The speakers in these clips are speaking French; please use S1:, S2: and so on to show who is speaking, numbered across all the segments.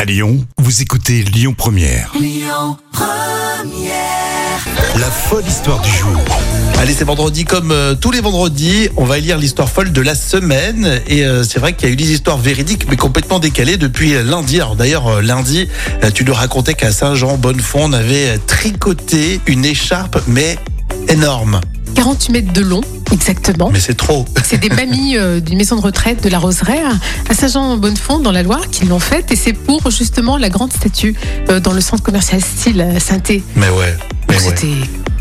S1: À Lyon, vous écoutez Lyon Première. La folle histoire du jour.
S2: Allez, c'est vendredi comme euh, tous les vendredis, on va élire l'histoire folle de la semaine. Et euh, c'est vrai qu'il y a eu des histoires véridiques, mais complètement décalées depuis euh, lundi. Alors d'ailleurs, euh, lundi, euh, tu nous racontais qu'à Saint-Jean-Bonnefond, on avait euh, tricoté une écharpe, mais énorme.
S3: 40 mètres de long, exactement.
S2: Mais c'est trop.
S3: C'est des mamies euh, d'une maison de retraite de la Roseraire à Saint-Jean-Bonnefond dans la Loire qui l'ont faite et c'est pour justement la grande statue euh, dans le centre commercial Style à Saint-Thé.
S2: Mais ouais. Mais
S3: Donc
S2: Eh ouais.
S3: C'était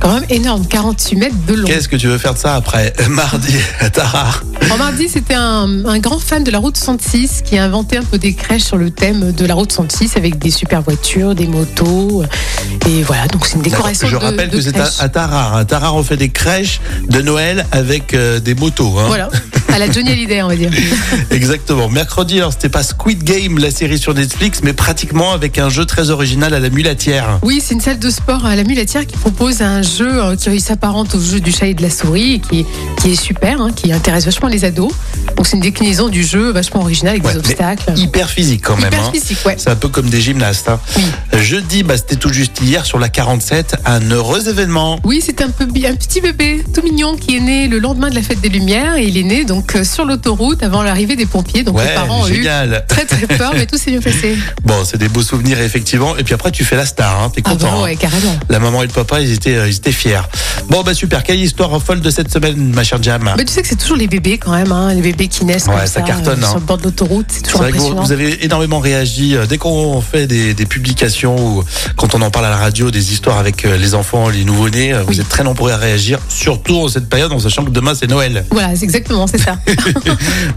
S3: quand même énorme, 48 mètres de long.
S2: Qu'est-ce que tu veux faire de ça après Mardi, Tara.
S3: En mardi, c'était un, un grand fan de la route 66 qui a inventé un peu des crèches sur le thème de la route 66 avec des super voitures, des motos. euh, Et voilà, donc c'est une décoration.
S2: Je
S3: de-
S2: rappelle
S3: de
S2: que c'est
S3: crèche.
S2: à, à Tarare. À Tarare, on fait des crèches de Noël avec euh, des motos. Hein.
S3: Voilà, à la Johnny Hallyday, on va dire.
S2: Exactement. Mercredi, alors c'était pas Squid Game, la série sur Netflix, mais pratiquement avec un jeu très original à la mulatière.
S3: Oui, c'est une salle de sport à la Mulatière qui propose un jeu euh, qui s'apparente au jeu du chat et de la souris, et qui, qui est super, hein, qui intéresse vachement les ados. Donc c'est une déclinaison du jeu vachement original avec
S2: Ouais,
S3: des
S2: mais
S3: obstacles.
S2: Hyper physique quand même.
S3: Hyper
S2: hein.
S3: physique, ouais.
S2: C'est un peu comme des gymnastes. hein.
S3: Oui.
S2: Jeudi, bah, c'était tout juste hier sur la 47, un heureux événement.
S3: Oui, c'est un, peu bi- un petit bébé tout mignon qui est né le lendemain de la fête des Lumières et il est né donc euh, sur l'autoroute avant l'arrivée des pompiers. Donc les
S2: Ouais,
S3: parents ont eu
S2: génial.
S3: très très peur, mais tout s'est bien passé.
S2: Bon, c'est des beaux souvenirs effectivement. Et puis après, tu fais la star, hein. t'es
S3: Ah
S2: content.
S3: bon,
S2: hein.
S3: ouais, carrément.
S2: La maman et le papa, ils étaient, euh, ils étaient fiers. Bon, bah super. Quelle histoire folle de cette semaine, ma chère Jam
S3: Mais tu sais que c'est toujours les bébés quand même, hein, les bébés qui naissent
S2: Ouais,
S3: comme
S2: ça
S3: ça,
S2: cartonne,
S3: euh,
S2: hein.
S3: sur le bord de l'autoroute, c'est
S2: C'est
S3: toujours
S2: vrai que vous,
S3: impressionnant.
S2: vous avez énormément réagi euh, dès qu'on fait des, des publications ou quand on en parle à la radio des histoires avec euh, les enfants, les nouveau-nés. euh, Vous
S3: Oui.
S2: êtes très nombreux à réagir, surtout en cette période en sachant que demain c'est Noël.
S3: Voilà, c'est exactement, c'est ça.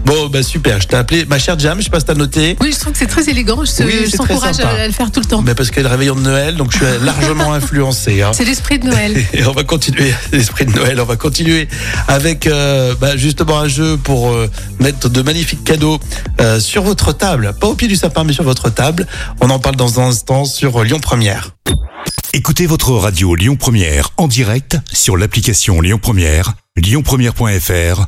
S2: Bon, bah super. Je t'ai appelé ma chère Jam. Je sais pas si t'as noté,
S3: Oui, je trouve que c'est très élégant. Je
S2: Oui,
S3: je
S2: c'est
S3: t'encourage
S2: très sympa. Bah.
S3: à, à le faire tout le temps.
S2: mais parce qu'il y a le réveillon de Noël, donc je suis largement influencé. hein.
S3: C'est l'esprit de Noël.
S2: Et on va continuer, l'esprit de Noël, on va continuer avec euh, bah, justement un jeu pour euh, mettre de magnifiques cadeaux euh, sur votre table. Pas au pied du sapin, mais sur votre table. On en parle dans un instant sur Lyon Première.
S1: Écoutez votre radio Lyon Première en direct sur l'application Lyon Première, lyonpremière.fr